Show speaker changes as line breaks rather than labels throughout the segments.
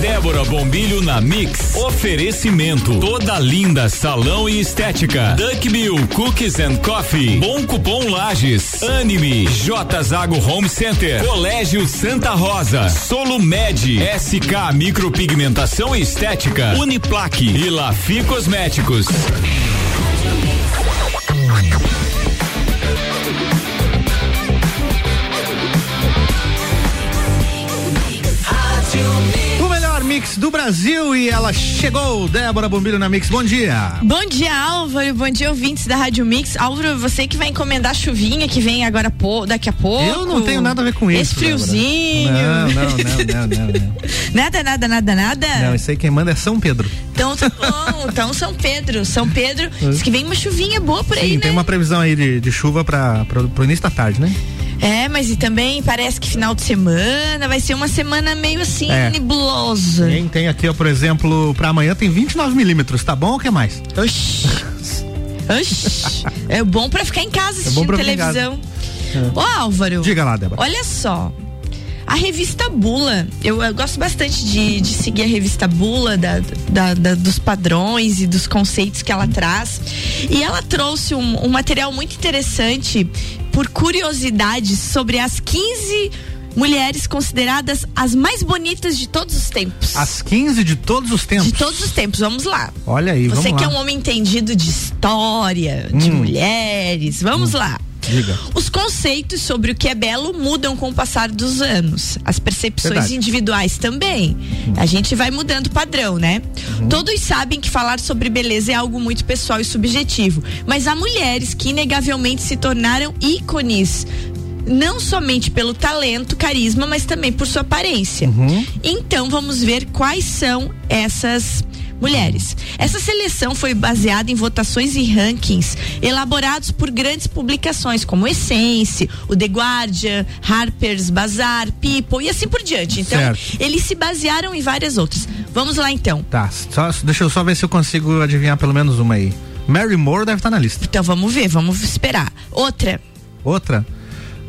Débora Bombilho na Mix. Oferecimento. Toda linda salão e estética. Duck Bill Cookies and Coffee. Bom cupom Lages. Anime. J Zago Home Center. Colégio Santa Rosa. Solumed. SK Micropigmentação e Estética. Uniplaque. E Lafi Cosméticos.
O melhor mix do Brasil e ela chegou, Débora Bombilho na Mix. Bom dia.
Bom dia, Álvaro. Bom dia, ouvintes da Rádio Mix. Álvaro, você que vai encomendar a chuvinha que vem agora pou- daqui a pouco.
Eu não tenho nada a ver com
Esse
isso, Débora.
friozinho.
Não, não, não, não, não, não.
Nada, nada, nada, nada.
Não, isso aí quem manda é São Pedro.
Então tá bom. Então São Pedro. São Pedro. Diz que vem uma chuvinha boa por aí,
Hum. Sim,
né?
tem uma previsão aí de, de chuva para pro início da tarde, né?
É, mas e também parece que final de semana vai ser uma semana meio assim
É.
nebulosa.
Tem, tem aqui, ó, por exemplo, para amanhã tem 29 milímetros, tá bom ou que mais?
Oxi. Oxi. É bom pra ficar em casa
É bom
assistindo
pra ficar em É.
televisão. Ô, Álvaro.
Diga lá, Débora.
Olha só. A revista Bula, eu, eu gosto bastante de, de seguir a revista Bula, da, da- da- dos padrões e dos conceitos que ela traz. E ela trouxe um, um material muito interessante por curiosidades sobre as 15 mulheres consideradas as mais bonitas de todos os tempos.
Às 15 de todos os tempos.
De todos os tempos, vamos lá.
Olha aí,
Você
vamos
que é
lá. Hum.
um homem entendido de história, de mulheres, vamos lá.
Diga.
Os conceitos sobre o que é belo mudam com o passar dos anos. As percepções
Verdade.
individuais também. A gente vai mudando o padrão, né? Todos sabem que falar sobre beleza é algo muito pessoal e subjetivo. Mas há mulheres que inegavelmente se tornaram ícones. Não somente pelo talento, carisma, mas também por sua aparência. Então vamos ver quais são essas mulheres. Essa seleção foi baseada em votações e rankings elaborados por grandes publicações como Essence, o The Guardian, Harper's Bazaar, People e assim por diante. Então,
Certo.
eles se basearam em várias outras. Vamos lá então.
Tá, só- deixa eu só ver se eu consigo adivinhar pelo menos uma aí. Mary Moore deve estar na lista.
Então vamos ver, vamos esperar. Outra.
Outra,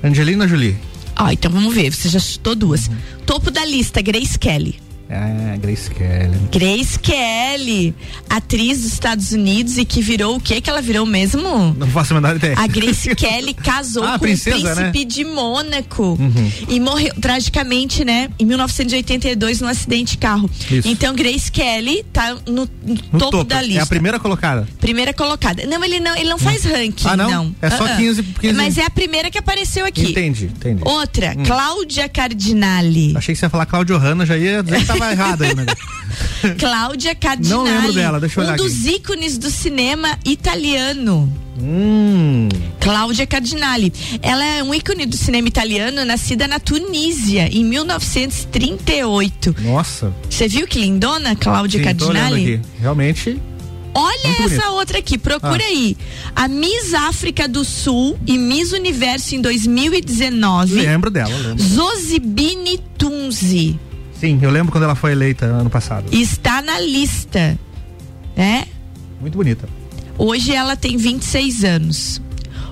Angelina Jolie.
Ó, então vamos ver, você já chutou duas. Topo da lista, Grace Kelly.
É, Grace Kelly.
Grace Kelly, atriz dos Estados Unidos e que virou o que que ela virou mesmo?
Não faço a menor ideia.
A Grace Kelly casou
Ah, a
com
princesa, Uhum.
o príncipe de Mônaco e morreu tragicamente, né, em 1982 num acidente de carro.
Isso.
Então Grace Kelly tá no, no
No
topo, da lista.
É a primeira colocada.
Primeira colocada. Não, ele não, ele não faz ranking,
Ah, não? É só
Ah, ah.
15, 15.
Mas é a primeira que apareceu aqui.
Entendi, Hum. entendi.
Outra, Cláudia Cardinale.
Achei que você ia falar Cláudio Hanna, já ia dizer que tava errado aí, né?
Cláudia Cardinale.
Não lembro dela, deixa eu
Um
olhar
dos ícones do cinema italiano.
Hum.
Cláudia Cardinale. Ela é um ícone do cinema italiano, nascida na Tunísia em 1938.
Nossa.
Você viu que lindona, Cláudia
Sim, tô olhando
Cardinale?
aqui. Realmente.
Olha
Muito
essa
bonito.
outra aqui, procura
Ah.
aí. A Miss África do Sul e Miss Universo em 2019.
Lembro dela, lembro.
Zozibini Tunzi
Sim, eu lembro quando ela foi eleita ano passado.
está na lista, né?
Muito bonita.
Hoje ela tem 26 anos.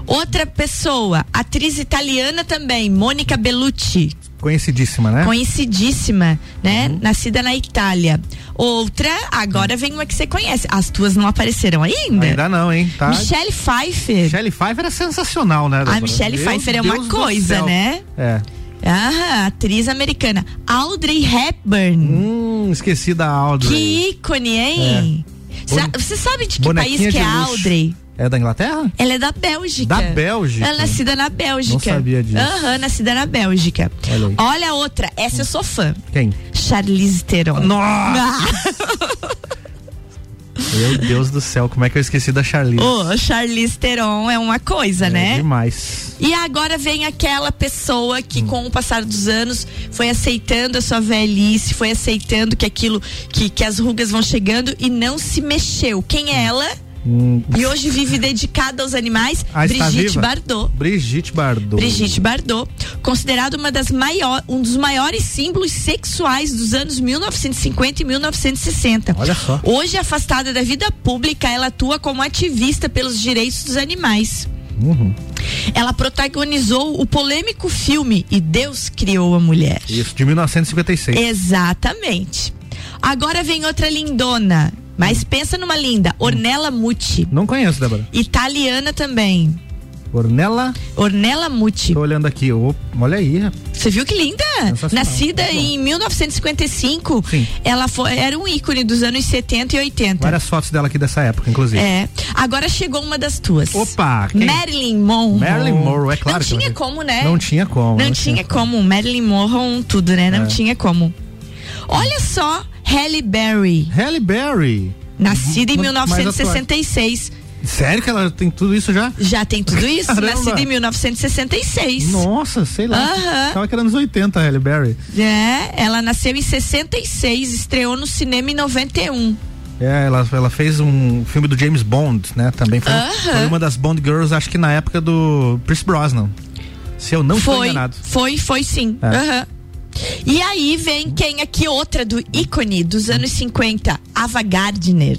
Outra pessoa, atriz italiana também, Mônica Bellucci,
Conhecidíssima, né?
conhecidíssima, né?
Uhum.
Nascida na Itália. Outra, agora vem uma que você conhece. As tuas não apareceram ainda?
Ainda não, hein? Tá.
Michelle Pfeiffer.
Michelle Pfeiffer é sensacional, né? Débora?
Michelle
Meu
Pfeiffer é uma
Deus do
coisa,
céu.
né?
É.
Ah, atriz americana. Audrey Hepburn.
Hum, esqueci da Audrey.
Que ícone, hein? Sa-
Bone-
Você sabe de
É.
que
Bonequinha
país
de
que é a
luxo.
Audrey?
É da Inglaterra?
Ela é da Bélgica.
Da Bélgica?
Ela é nascida na Bélgica.
Não sabia disso.
Aham, nascida na Bélgica.
Olha aí.
Olha a outra. Essa eu sou fã.
Quem?
Charlize Theron.
Nossa!
Ah,
Meu Deus do céu, como é que eu esqueci da Charlize?
Ô, Charlize Theron é uma coisa,
É
né?
demais.
E agora vem aquela pessoa que, com o passar dos anos, foi aceitando a sua velhice, foi aceitando que aquilo, que, que as rugas vão chegando e não se mexeu. Quem é ela? E hoje vive dedicada aos animais,
Hum. Ah, está
Brigitte
viva?
Bardot.
Brigitte Bardot.
Brigitte Bardot, considerada uma das maior, um dos maiores símbolos sexuais dos anos 1950 e 1960.
Olha só.
Hoje afastada da vida pública, ela atua como ativista pelos direitos dos animais.
Uhum.
Ela protagonizou o polêmico filme E Deus Criou a Mulher. É.
Isso, de 1956.
Exatamente. Agora vem outra lindona. Mas pensa numa linda, Ornella Muti.
Não conheço, Débora.
Italiana também.
Ornella,
Ornella Muti.
tô olhando aqui. Ô, olha aí.
Você viu que linda?
Sensacional.
Nascida em 1955,
Sim.
ela foi, era um ícone dos anos 70 e 80.
Várias fotos dela aqui dessa época, inclusive.
Tá. É. Agora chegou uma das tuas.
Opa, quem?
Marilyn Monroe.
Marilyn Monroe, é claro
Não
que eu
tinha
vi.
como, né?
Não tinha como.
Não tinha como. Marilyn Monroe, tudo, né? Não
É.
tinha como. Olha só, Halle Berry,
Halle Berry.
nascida em
Uhum. Mas- mas atual.
1966.
Sério que ela tem tudo isso já?
Já tem tudo isso?
Caramba.
Nascida em 1966.
Nossa, sei lá.
Aham.
Tava que era nos 80, Halle Berry.
É, ela nasceu em 66, estreou no cinema em 91.
É, ela, ela fez um filme do James Bond, né? Também foi,
Aham.
foi uma das Bond Girls, acho que na época do Chris Brosnan. Se eu não estou
foi,
enganado.
foi, foi sim.
É.
Aham. E aí vem quem aqui outra do ícone
Hum.
dos anos 50, Ava Gardner.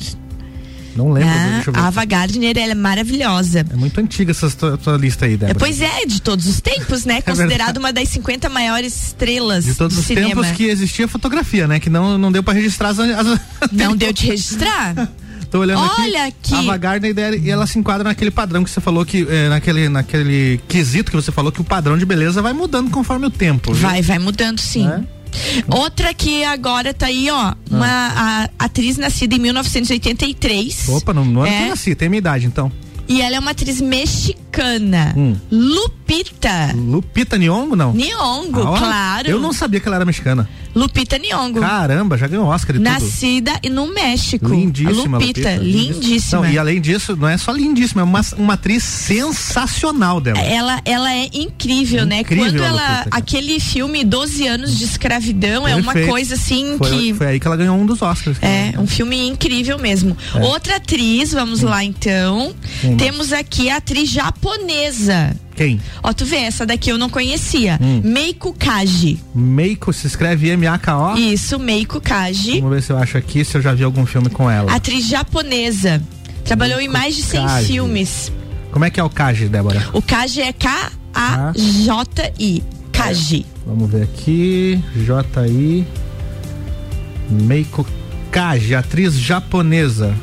Não lembro,
né?
deixa eu ver.
A Ava Gardner, ela é maravilhosa.
É muito antiga essa tua, tua lista aí, Débora.
Pois é, de todos os tempos, né? Considerada uma das 50 maiores estrelas
É de todos
do
os
cinema.
tempos que existia fotografia, né? Que não, não deu pra registrar as. as
Não deu de registrar?
Tô olhando
Olha
aqui.
que-
A Ava Gardner, dela- e ela se enquadra naquele padrão que você falou que. é, naquele, naquele quesito que você falou que o padrão de beleza vai mudando conforme o tempo. viu?
Vai, vai mudando sim.
Né?
Outra que agora tá aí, ó, uma a- atriz nascida em 1983.
Ah. Opa, não, não é, que eu
é,
nasci, tem a minha idade, então.
E ela é uma atriz mexicana.
Hum.
Lupita.
Lupita Nyong'o, não?
Nyong'o,
Ah, ó,
claro.
Eu não sabia que ela era mexicana.
Lupita Nyong'o.
Caramba, já ganhou Oscar e tudo.
Nascida no México.
Lindíssima,
Lupita, lindíssima.
Não, e além disso, não é só lindíssima, é uma, uma atriz sensacional dela.
Ela, ela é incrível, né?
Incrível
Quando
a
ela.
Lupita, cara.
aquele filme 12 anos de escravidão é uma
Perfeito.
coisa assim
Foi,
que.
foi aí que ela ganhou um dos Oscars.
É, um filme incrível mesmo.
É.
Outra atriz, vamos lá então.
Quem mais?
Temos aqui a atriz japonesa.
Quem?
Ó, tu vê, essa daqui eu não conhecia.
Hum.
Meiko Kaji.
Meiko se escreve M-A-K-O.
Isso, Meiko Kaji.
Vamos ver se eu acho aqui, se eu já vi algum filme com ela.
Atriz japonesa. Trabalhou em mais de 100
Kaji.
filmes.
Como é que é o Kaji, Débora?
O Kaji é K-A-J-I. Kaji.
Vamos ver aqui. J-I. Meiko Kaji, atriz japonesa.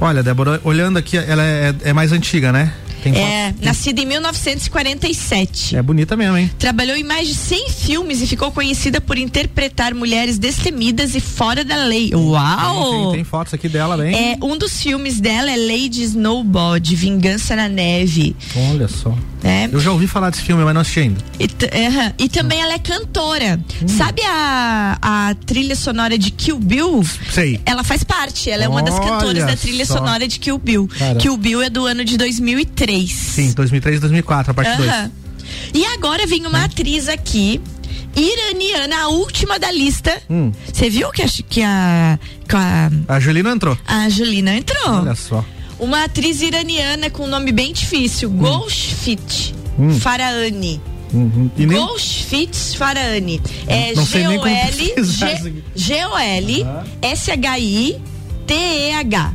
Olha, Débora, olhando aqui, ela é, é mais antiga, né? Tem
É,
foto-
nascida em 1947.
É bonita mesmo, hein?
Trabalhou em mais de 100 filmes e ficou conhecida por interpretar mulheres destemidas e fora da lei.
Tem,
Uau!
tem- tem fotos aqui dela, bem.
É, um dos filmes dela é Lady Snowball, Vingança na Neve.
Olha só.
Né?
Eu já ouvi falar desse filme, mas não assisti ainda.
E, t- aham. E também ela é cantora.
Hum.
Sabe a, a trilha sonora de Kill Bill?
Sei.
Ela faz parte, ela é uma das
Olha
cantoras da trilha
só.
sonora de Kill Bill.
Cara.
Kill Bill é do ano de 2003.
Sim, 2003 2004, a parte 2.
Aham. E agora vem uma atriz aqui, iraniana, a última da lista.
Hum.
Você viu que a, que a, que a,
A Juliana entrou.
a Julina entrou?
Olha só.
Uma atriz iraniana com um nome bem difícil, Golshfit
Hum.
Faraani.
Uhum. E nem-
Golshfit Faraani. É
Não sei nem como
G-O-L,
pesquisar
G-
isso aqui.
G-O-L,
Aham.
S-H-I-T-E-H.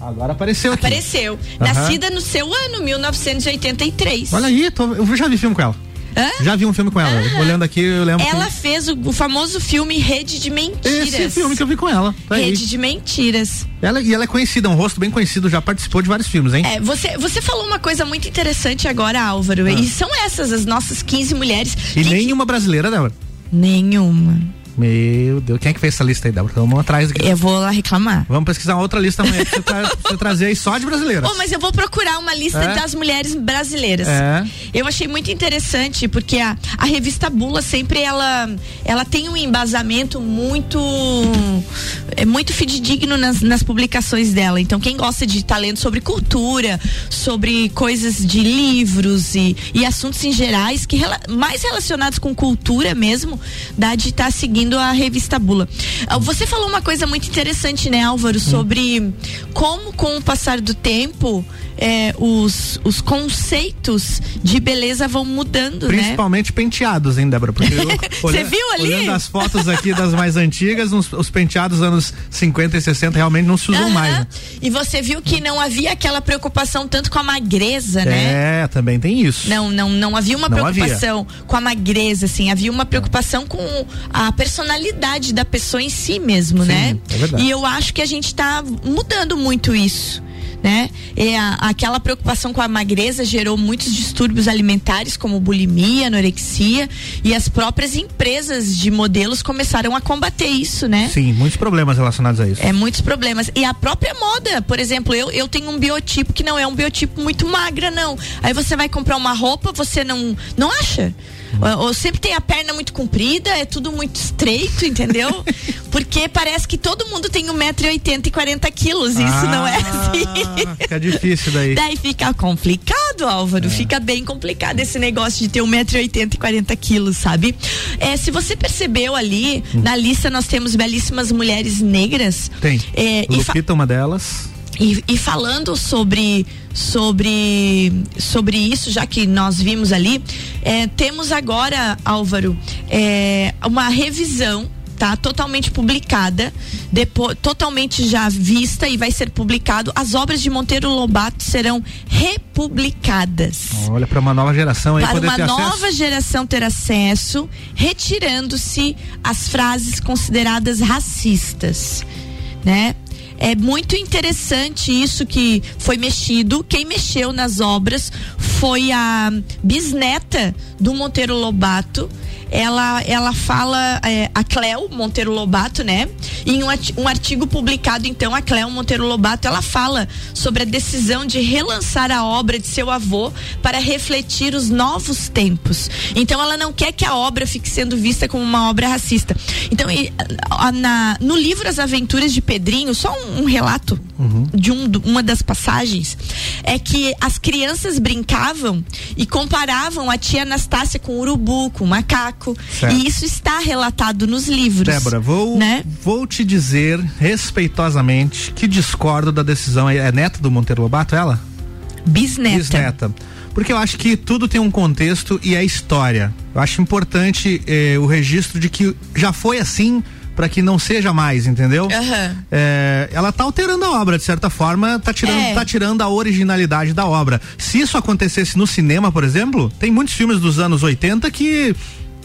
Agora apareceu aqui.
Apareceu.
Aham.
Nascida no seu ano, 1983.
Olha aí, tô- eu já vi filme com ela.
Hã?
Já vi um filme com ela. Olhando aqui, eu lembro. que-
Ah. Ela fez o, o famoso filme Rede de Mentiras.
Esse filme que eu vi com ela. Tá aí.
Rede de Mentiras.
Ela, e ela é conhecida, é um rosto bem conhecido, já participou de vários filmes, hein?
É, você, você falou uma coisa muito interessante agora, Álvaro. E são essas as nossas 15 mulheres.
Ah. E
Quem-
nenhuma brasileira, Débora.
Nenhuma.
Meu Deus, quem é que fez essa lista aí, Débora? Vamos atrás aqui.
Eu vou lá reclamar.
Vamos pesquisar uma outra lista amanhã pra você, tra- pra você tá trazer aí só de brasileira.
Oh, mas eu vou procurar uma lista
É?
das mulheres brasileiras.
É.
Eu achei muito interessante, porque a, a revista Bula sempre ela, ela tem um embasamento muito é muito fidedigno nas, nas publicações dela. Então, quem gosta de talento sobre cultura, sobre coisas de livros e, e assuntos em gerais, que rela- mais relacionados com cultura mesmo, dá de estar seguindo a revista Bula. Ah, Você falou uma coisa muito interessante, né, Álvaro, sobre como com o passar do tempo é, os, os conceitos de beleza vão mudando, né?
Principalmente penteados, hein, Débora? Porque eu, olha-
viu ali?
Olhando as fotos aqui das mais antigas, uns- os penteados anos 50 e 60 realmente não se usam
Aham.
mais. Né?
E você viu que não havia aquela preocupação tanto com a magreza, né?
É, também tem isso.
Não, não, não havia uma
Não
preocupação com a magreza, assim. Havia uma preocupação com a personalidade da pessoa em si mesmo,
Sim,
né?
é verdade.
e eu acho que a gente tá mudando muito isso. Né? E a- aquela preocupação com a magreza gerou muitos distúrbios alimentares, como bulimia, anorexia, e as próprias empresas de modelos começaram a combater isso, né?
Sim, muitos problemas relacionados a isso.
É muitos problemas. E a própria moda, por exemplo, eu, eu tenho um biotipo que não é um biotipo muito magra, não. Aí você vai comprar uma roupa, você não, não acha?
Uhum.
Ou, ou sempre tem a perna muito comprida, é tudo muito estreito, entendeu? Porque parece que todo mundo tem 1,80m e 40kg. Isso não é assim.
Ah, Fica difícil daí.
Daí fica complicado, Álvaro.
É.
Fica bem complicado esse negócio de ter 1,80m e 40kg, sabe? É, se você percebeu ali,
Hum.
na lista nós temos belíssimas mulheres negras.
Tem.
É, e, fa-
Lupita, uma delas.
e, e falando sobre sobre sobre isso já que nós vimos ali é, temos agora Álvaro é, uma revisão tá totalmente publicada depois totalmente já vista e vai ser publicado as obras de Monteiro Lobato serão republicadas
Olha, pra uma nova geração aí
para
poder
uma
ter
nova
acesso.
geração ter acesso, retirando-se as frases consideradas racistas, né? É muito interessante isso que foi mexido. Quem mexeu nas obras foi a bisneta do Monteiro Lobato. Ela, ela fala, é, a Cléo Monteiro Lobato, né? Em um arti- um artigo publicado, então, a Cléo Monteiro Lobato, ela fala sobre a decisão de relançar a obra de seu avô para refletir os novos tempos. Então, ela não quer que a obra fique sendo vista como uma obra racista. Então, e, a- a- na- no livro As Aventuras de Pedrinho, só um, um relato
Uhum.
de um do- uma das passagens, é que as crianças brincavam e comparavam a tia Anastácia com o urubu, com o macaco.
Certo.
E isso está relatado nos livros.
Débora, vou,
Né?
vou te dizer respeitosamente que discordo da decisão. É, é neta do Monteiro Lobato, ela?
Bisneta.
Bisneta. Porque eu acho que tudo tem um contexto e é história. Eu acho importante eh, o registro de que já foi assim para que não seja mais, entendeu?
Aham.
Eh, ela tá alterando a obra, de certa forma, tá tirando,
É.
tá tirando a originalidade da obra. Se isso acontecesse no cinema, por exemplo, tem muitos filmes dos anos 80 que.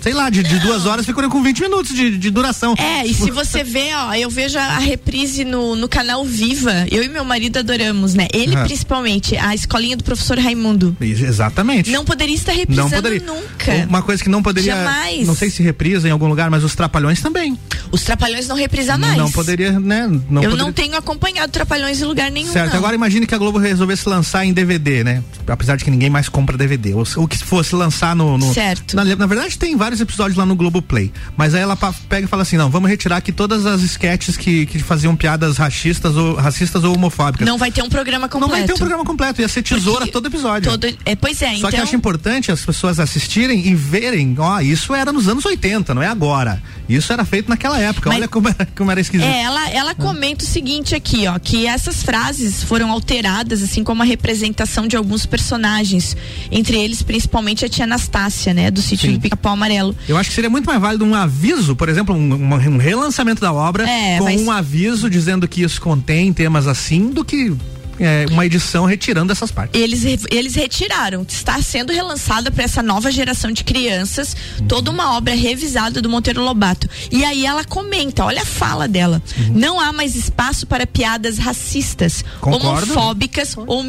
Sei lá, de, de duas horas ficam com 20 minutos de, de duração.
É, e se você vê, ó, eu vejo a reprise no, no canal Viva. Eu e meu marido adoramos, né? Ele
Aham.
principalmente, a escolinha do professor Raimundo.
Ex- Exatamente.
Não poderia estar reprisando
Não poderia.
nunca.
Uma coisa que não poderia.
Jamais.
Não sei se reprisa em algum lugar, mas os trapalhões também.
Os Trapalhões não reprisar mais.
Não poderia, né? Não
eu
poderia-
não tenho acompanhado Trapalhões em lugar nenhum.
Certo,
não.
agora é imagine que a Globo resolvesse lançar em DVD, né? Apesar de que ninguém mais compra DVD. Ou, se- ou que fosse lançar no. no-
Certo.
Na, na verdade, tem vários episódios lá no Globoplay. Mas aí ela pa- pega e fala assim: não, vamos retirar aqui todas as sketches que, que faziam piadas racistas ou, racistas ou homofóbicas.
Não vai ter um programa
Não
completo.
vai ter um programa completo, ia ser tesoura
Porque
todo episódio.
todo- é, pois é,
Só
então.
que eu acho importante as pessoas assistirem e verem, ó, isso era nos anos 80, não é agora. Isso era feito naquela época.
Mas-
Olha como era, como era esquisito.
É, ela, ela
Hum.
comenta o seguinte aqui, ó, que essas frases foram alteradas, assim como a representação de alguns personagens, entre eles principalmente a tia Anastácia, né, do sítio
Sim.
do Pica-Pau Amarelo.
Eu acho que seria muito mais válido um aviso, por exemplo, um, uma- um relançamento da obra
É,
com
mas-
um aviso dizendo que isso contém temas assim, do que é, uma edição retirando essas partes.
Eles, re- eles retiraram, está sendo relançada para essa nova geração de crianças, toda uma obra revisada do Monteiro Lobato. E aí ela comenta, olha a fala dela.
Uhum.
Não há mais espaço para piadas racistas,
Concordo.
homofóbicas ou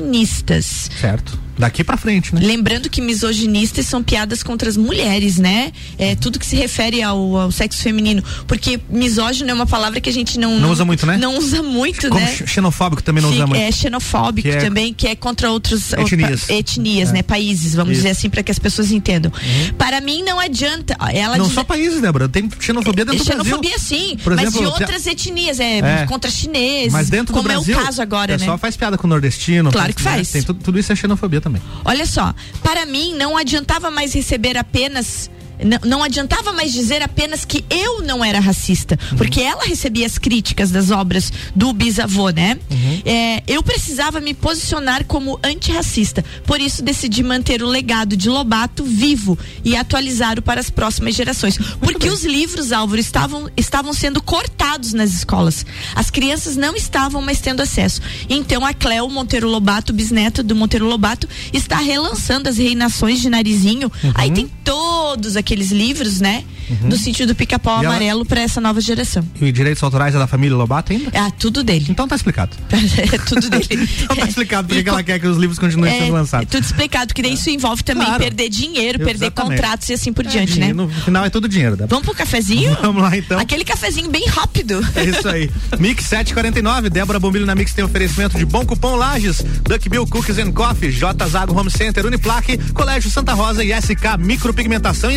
misoginistas.
Certo. Daqui pra frente, né?
Lembrando que misoginistas são piadas contra as mulheres, né? É tudo que se refere ao, ao sexo feminino. Porque misógino é uma palavra que a gente não.
Não usa muito, né?
Não usa muito,
Como
né?
x- xenofóbico também não
Fica-
usa muito.
É xenofóbico
Que é-
também, que é contra outros
Etnias.
opa, etnias,
É.
né? Países, vamos
Isso. Uhum.
dizer assim, para que as pessoas entendam. Para mim, não adianta. Ela
Não
diz-
só países, Débora. Tem xenofobia dentro do Brasil.
É, Xenofobia sim,
Por
mas de
exemplo,
outras etnias, é,
É.
contra chineses,
Mas dentro
como
do Brasil,
é o caso agora,
o pessoal
né?
faz piada com o nordestino.
Claro que
né?
faz.
Tem tudo, tudo isso é xenofobia também.
Olha só, para mim não adiantava mais receber apenas. Não, não adiantava mais dizer apenas que eu não era racista, porque ela recebia as críticas das obras do bisavô, né? É, eu precisava me posicionar como antirracista, por isso decidi manter o legado de Lobato vivo e atualizá-lo para as próximas gerações. Porque os livros, Álvaro, estavam, estavam sendo cortados nas escolas. As crianças não estavam mais tendo acesso. Então a Cleo Monteiro Lobato,
Uhum.
bisneto do Monteiro Lobato, está relançando as reinações de Narizinho. Aí tem todos daqueles livros, né? Do sítio do pica-pau
E ela-
amarelo pra essa nova geração.
E direitos autorais é da família Lobato ainda?
É ah, tudo dele.
Então tá explicado.
é tudo dele.
Então tá explicado porque
E
que ela
co-
quer que os livros continuem
é,
sendo lançados.
tudo explicado, que daí isso envolve também
Claro.
perder dinheiro, perder
Exatamente.
contratos e assim por
É,
diante, né?
dinheiro, No final é tudo dinheiro. Dá pra-
Vamos pro cafezinho?
Vamos lá então.
Aquele cafezinho bem rápido.
É isso aí. Mix 749, Débora Bombilho na Mix tem oferecimento de Bom Cupom Lages, Duck Bill Cookies and Coffee, J Zago Home Center, Uniplaque, Colégio Santa Rosa e SK Micropigmentação e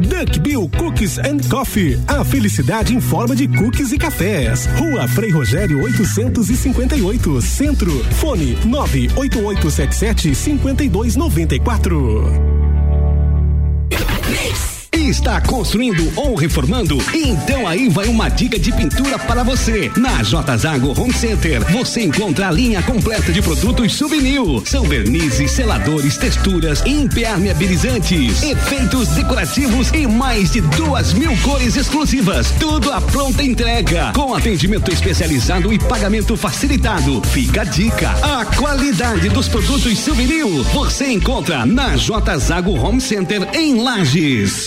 Duck Bill Cookies and Coffee. A felicidade em forma de cookies e cafés. Rua Frei Rogério 858, Centro. Fone 98877 5294.
Está construindo ou reformando? Então aí vai uma dica de pintura para você. Na Zago Home Center, você encontra a linha completa de produtos souvenir. São vernizes, seladores, texturas, impermeabilizantes, efeitos decorativos e mais de duas mil cores exclusivas. Tudo à pronta entrega, com atendimento especializado e pagamento facilitado. Fica a dica. A qualidade dos produtos souvenir você encontra na Zago Home Center em Lages.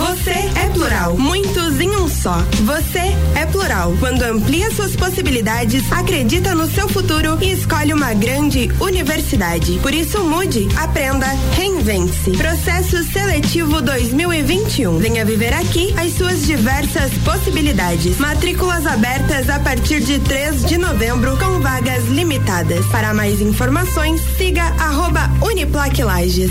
Você é plural. Muitos em um só. Você é plural. Quando amplia suas possibilidades, acredita no seu futuro e escolhe uma grande universidade. Por isso, mude, aprenda, reinvente-se. Processo Seletivo 2021. Venha viver aqui as suas diversas possibilidades. Matrículas abertas a partir de 3 de novembro, com vagas limitadas. Para mais informações, siga arroba Uniplac Lages.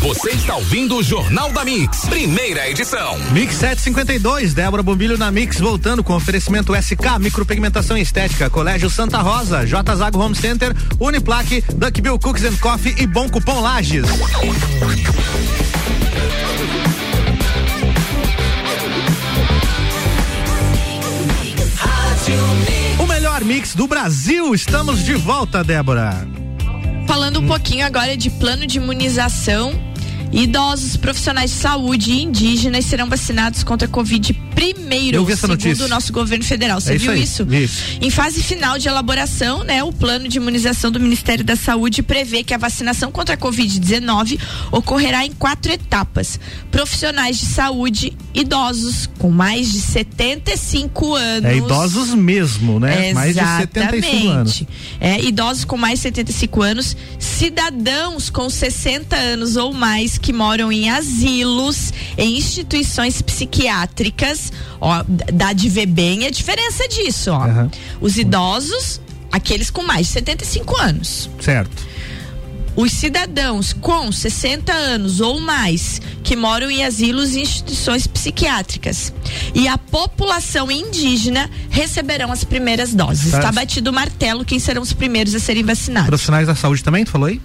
Você está ouvindo o Jornal da Mix, primeira edição.
Mix 752, Débora Bombilho na Mix, voltando com oferecimento SK, micropigmentação e estética, Colégio Santa Rosa, J Zago Home Center, Uniplaque, Duck Bill Cookies and Coffee e Bom Cupom Lages. O melhor mix do Brasil, estamos de volta, Débora.
Falando um pouquinho agora de plano de imunização. Idosos, profissionais de saúde e indígenas serão vacinados contra a Covid primeiro,
Eu vi essa
segundo
notícia.
o nosso governo federal. Você
É isso
viu
aí,
isso?
vi isso.
Em fase final de elaboração, né, o plano de imunização do Ministério da Saúde prevê que a vacinação contra a Covid-19 ocorrerá em quatro etapas. Profissionais de saúde, idosos com mais de 75 anos.
É idosos mesmo, né? Mais de 75 anos.
Exatamente. É, idosos com mais de 75 anos, cidadãos com 60 anos ou mais que moram em asilos, em instituições psiquiátricas, ó, dá de ver bem a diferença disso, ó.
Aham.
Os idosos, aqueles com mais de 75 anos
Certo.
os cidadãos com 60 anos ou mais que moram em asilos e instituições psiquiátricas e a população indígena receberão as primeiras doses.
Tá.
Está batido o martelo quem serão os primeiros a serem vacinados.
Profissionais da saúde também, tu falou aí?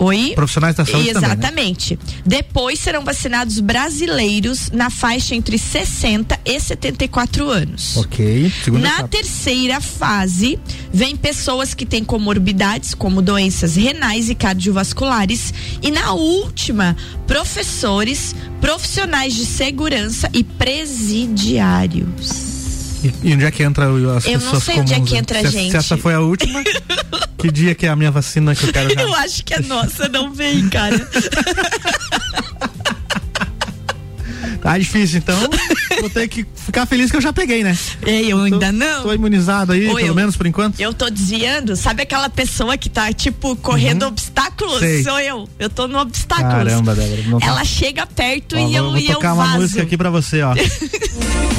Oi?
Profissionais da saúde também, né?
Exatamente. Depois serão vacinados brasileiros na faixa entre 60 e 74 anos.
Ok. Segunda
Na
etapa.
terceira fase, vem pessoas que têm comorbidades, como doenças renais e cardiovasculares. E na última, professores, profissionais de segurança e presidiários.
E, e onde é que entra o- as
Eu não
pessoas
sei onde é
comuns,
que
né?
entra a
se, se
gente.
essa foi a última, que dia que é a minha vacina que eu quero já?
Eu acho que a nossa não vem, cara.
Tá difícil, então vou ter que ficar feliz que eu já peguei, né?
Ei, eu ainda não.
Tô imunizado aí,
Ou
pelo
eu-
menos por enquanto.
Eu tô desviando, sabe aquela pessoa que tá, tipo, correndo
Uhum.
obstáculos?
Sei.
Sou eu. Eu tô no obstáculos.
Caramba, Débora. Não tá-
Ela chega perto
Ó,
e
vou,
eu, um
vou
e eu
tocar
vazo.
uma música aqui pra você, ó.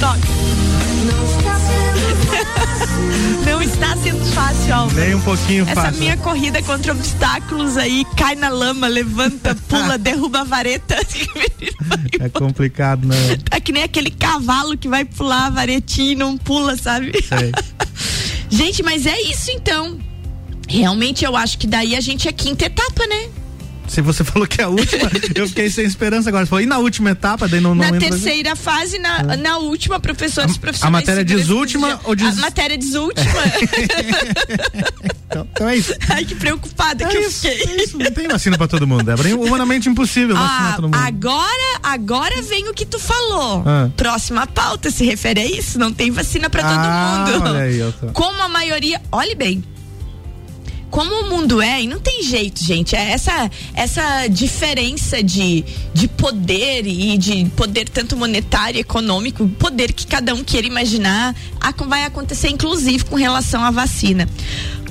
Não está sendo fácil, Álvaro.
Nem um pouquinho
Essa
fácil.
minha corrida contra obstáculos aí, cai na lama, levanta, pula, derruba a vareta.
É complicado, né?
tá que nem aquele cavalo que vai pular a varetinha e não pula, sabe?
Sei.
Gente, mas é isso então. Realmente eu acho que daí a gente é quinta etapa, né?
Se você falou que é a última, eu fiquei sem esperança agora. Você falou, e na última etapa, daí não, não
na
entra-
terceira fase, na, na última, professores profissionais.
a matéria
segurança
diz última
social.
ou diz- É.
A matéria diz última.
Então, então é isso.
Ai, que preocupada que eu fiquei.
É Isso não tem vacina pra todo mundo, Débora. É humanamente impossível vacinar
Ah,
todo mundo.
agora, agora vem o que tu falou.
Ah.
Próxima pauta se refere a isso. Não tem vacina pra
Ah,
todo mundo.
olha aí, eu tô-
Como a maioria, olhe bem. Como o mundo é, e não tem jeito, gente. É essa essa diferença de, de poder e de poder tanto monetário, econômico, poder que cada um queira imaginar, a- vai acontecer inclusive com relação à vacina.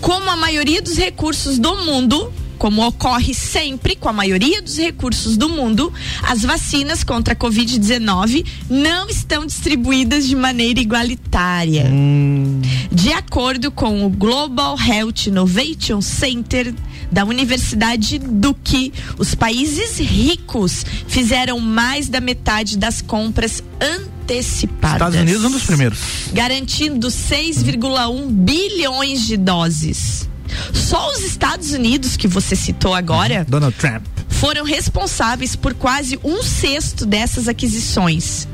Como a maioria dos recursos do mundo, como ocorre sempre com a maioria dos recursos do mundo, as vacinas contra a Covid-19 não estão distribuídas de maneira igualitária. De acordo com o Global Health Innovation Center da Universidade Duke, os países ricos fizeram mais da metade das compras antecipadas.
Estados Unidos é um dos primeiros.
Garantindo 6,1 bilhões de doses. Só os Estados Unidos, que você citou agora,
Donald Trump.
foram responsáveis por quase um sexto dessas aquisições.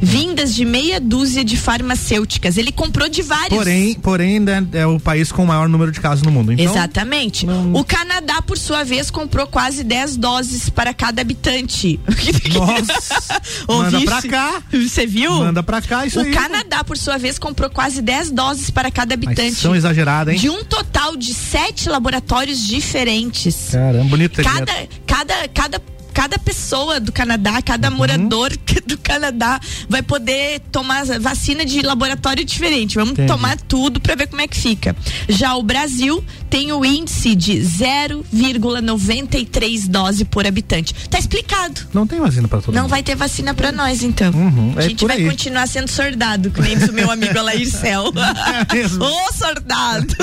Vindas de meia dúzia de farmacêuticas. Ele comprou de vários.
Porém, porém ainda é o país com o maior número de casos no mundo. Então,
Exatamente.
não-
O Canadá, por sua vez, comprou quase 10 doses para cada habitante.
Nossa! manda
Ouviste?
pra cá.
Você viu?
Manda pra cá isso
o
aí.
Canadá, por sua vez, comprou quase 10 doses para cada
Mas
habitante.
são exagerados, hein?
De um total de sete laboratórios diferentes.
Caramba, bonito. ele
Cada,
é.
cada, cada, cada pessoa do Canadá, cada morador do Canadá vai poder tomar vacina de laboratório diferente. Vamos
Entendi.
tomar tudo para ver como é que fica. Já o Brasil tem o índice de 0,93 dose por habitante. Tá explicado.
Não tem vacina pra todo
Não
mundo.
vai ter vacina pra nós, então.
Uhum,
a
é
gente
por
vai
aí.
continuar sendo sordado, que nem diz o meu amigo Alaircel.
É mesmo?
Ô, sordado!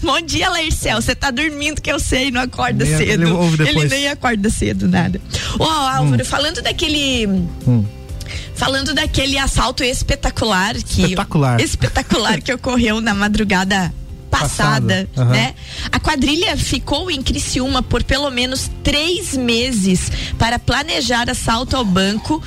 Bom dia, Alaircel. Você tá dormindo que eu sei, não acorda
Nem-
cedo.
ele ouve depois. Hum.
Ele nem acorda cedo, nada. Ô, Álvaro, falando daquele. Falando daquele assalto espetacular que.
Espetacular.
Espetacular que ocorreu na madrugada passada,
Passada, aham.
né? A quadrilha ficou em Criciúma por pelo menos três meses para planejar assalto ao banco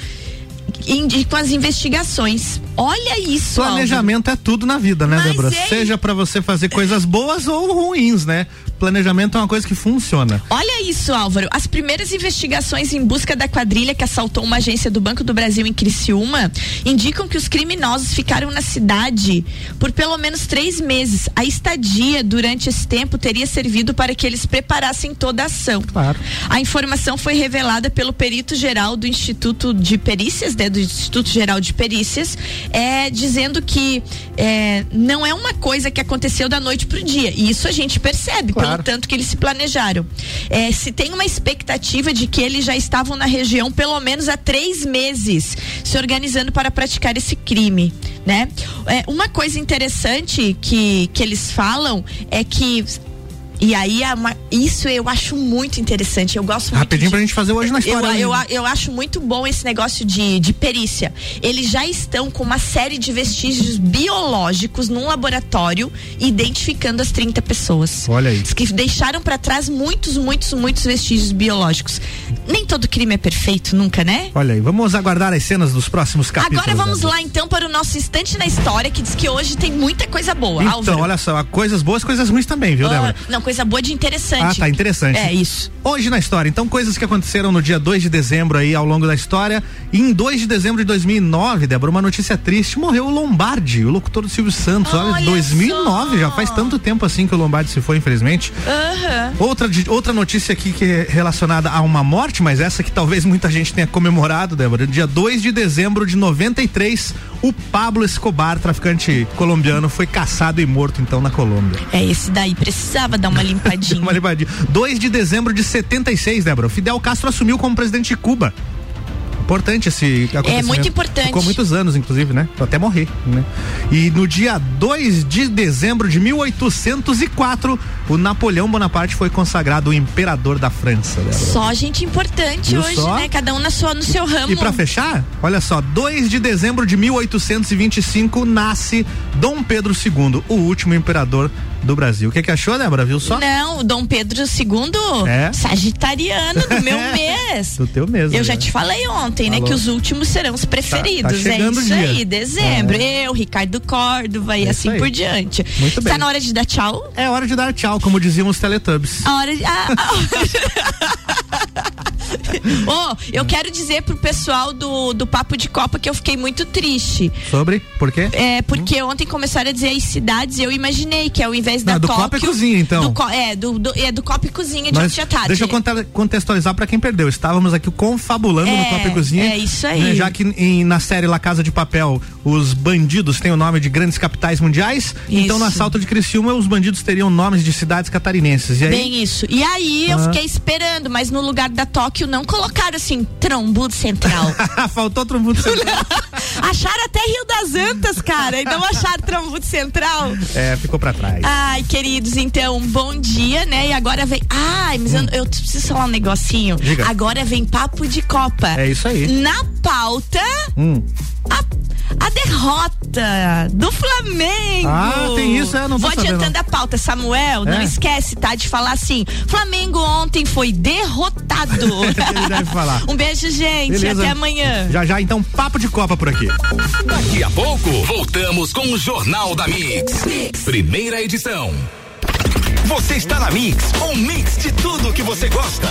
em- e com as investigações. Olha isso, Álvaro.
Planejamento é tudo na vida, né,
Mas
Débora?
é-
Seja pra você fazer coisas boas ou ruins, né? Planejamento é uma coisa que funciona.
Olha isso, Álvaro. As primeiras investigações em busca da quadrilha que assaltou uma agência do Banco do Brasil em Criciúma indicam que os criminosos ficaram na cidade por pelo menos três meses. A estadia durante esse tempo teria servido para que eles preparassem toda a ação.
Claro.
A informação foi revelada pelo perito geral do Instituto de Perícias, né, do Instituto Geral de Perícias, é, dizendo que é, não é uma coisa que aconteceu da noite pro dia. E isso a gente percebe,
Claro.
pelo tanto que eles se planejaram. É, se tem uma expectativa de que eles já estavam na região pelo menos há três meses, se organizando para praticar esse crime, né? É, uma coisa interessante que, que eles falam é que E aí, é uma- isso eu acho muito interessante. Eu gosto muito.
Rapidinho
de-
pra gente fazer hoje na história,
Eu,
hein?
eu, a- eu acho muito bom esse negócio de, de perícia. Eles já estão com uma série de vestígios biológicos num laboratório identificando as 30 pessoas.
Olha aí.
Diz Que deixaram pra trás muitos, muitos, muitos vestígios biológicos. Nem todo crime é perfeito, nunca, né?
Olha aí, vamos aguardar as cenas dos próximos capítulos.
Agora vamos
Débora.
lá então para o nosso instante na história, que diz que hoje tem muita coisa boa.
Então,
Álvaro.
olha só, coisas boas, coisas ruins também, viu,
Ah,
Débora?
não, coisa boa de interessante.
Ah, tá, interessante.
É, isso.
Hoje na história, então, coisas que aconteceram no dia 2 de dezembro aí, ao longo da história. E em 2 de dezembro de 2009, Débora, uma notícia triste, morreu o Lombardi, o locutor do Silvio Santos. Olha, 2009, já faz tanto tempo assim que o Lombardi se foi, infelizmente.
Aham.
Outra, de- outra notícia aqui que é relacionada a uma morte, mas essa que talvez muita gente tenha comemorado, Débora. Dia 2 de dezembro de 93, o Pablo Escobar, traficante colombiano, foi caçado e morto então na Colômbia.
É, esse daí precisava dar uma limpadinha.
Uma levadinha. 2 de dezembro de 76, Débora. Fidel Castro assumiu como presidente de Cuba. Importante esse acontecimento.
É muito importante.
Ficou muitos anos, inclusive, né? Até morrer, né? E no dia 2 de dezembro de 1804, o Napoleão Bonaparte foi consagrado o imperador da França, né? Débora.
Só gente importante
Viu
hoje,
só?
né? Cada um na sua, no seu ramo.
E pra fechar, olha só, 2 de dezembro de 1825 nasce Dom Pedro II, o último imperador do Brasil. O que que achou, Débora? Viu só?
Não, o Dom Pedro II,
É?
sagitariano do meu
É,
mês.
Do teu mesmo.
Eu já
né?
te falei ontem, né?
Falou.
Que os últimos serão os preferidos.
Tá,
é
chegando o
isso
dia.
aí, dezembro. Eu, Ricardo Córdova e
É isso
assim
aí.
por diante.
Muito bem.
Tá na hora de dar tchau?
É hora de dar tchau, como diziam os Teletubbies.
A hora de. a- a hora- Ô, eu quero dizer pro pessoal do, do Papo de Copa que eu fiquei muito triste.
Sobre? Por quê?
É, porque ontem começaram a dizer as cidades e eu imaginei que ao invés da
Não, Ah, do
Tóquio...
Copa e Cozinha, então.
do co- é, do, do- é, do Copa e Cozinha tá de
Nós-
ontem à tarde.
deixa eu conta- contextualizar pra quem perdeu. Estávamos aqui confabulando no
É,
Copa e Cozinha. né,
é isso aí.
Já que em- na série La Casa de Papel, os bandidos têm o nome de grandes capitais mundiais. Então, no
Isso.
assalto de Criciúma, os bandidos teriam nomes de cidades catarinenses. E aí,
Bem isso. E aí eu
Ah.
fiquei esperando, mas no lugar da Tóquio não colocaram assim, Trombudo Central.
faltou outro mundo.
acharam até Rio das Antas, cara, e não acharam Trombudo Central.
é, ficou pra trás.
Ai, queridos, então, bom dia, né? E agora vem. Ai, mas eu, eu preciso falar um negocinho.
Hum. Diga.
Agora vem papo de Copa.
É isso aí. Hum.
Na pauta, a, a derrota do Flamengo.
Ah, tem isso, é, não tô
Vou
sabendo.
adiantando a pauta, Samuel. Não
É.
esquece, tá? De falar assim: Flamengo ontem foi derrotado.
Ele deve falar.
um beijo, gente.
Beleza.
Até amanhã.
Já já, então, papo de Copa por aqui.
Daqui a pouco, voltamos com o Jornal da Mix. Primeira edição. Você está na Mix, um mix de tudo que você gosta.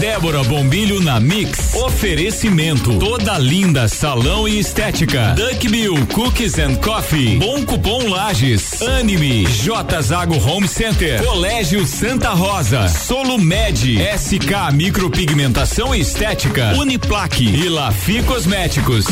Débora Bombilho na Mix. Oferecimento. Toda linda salão e estética. Duck Bill Cookies and Coffee. Bom Cupom Lages. Anime. J Zago Home Center. Colégio Santa Rosa. Solumed. SK Micropigmentação Estética. Uniplaque. E Lafi Cosméticos.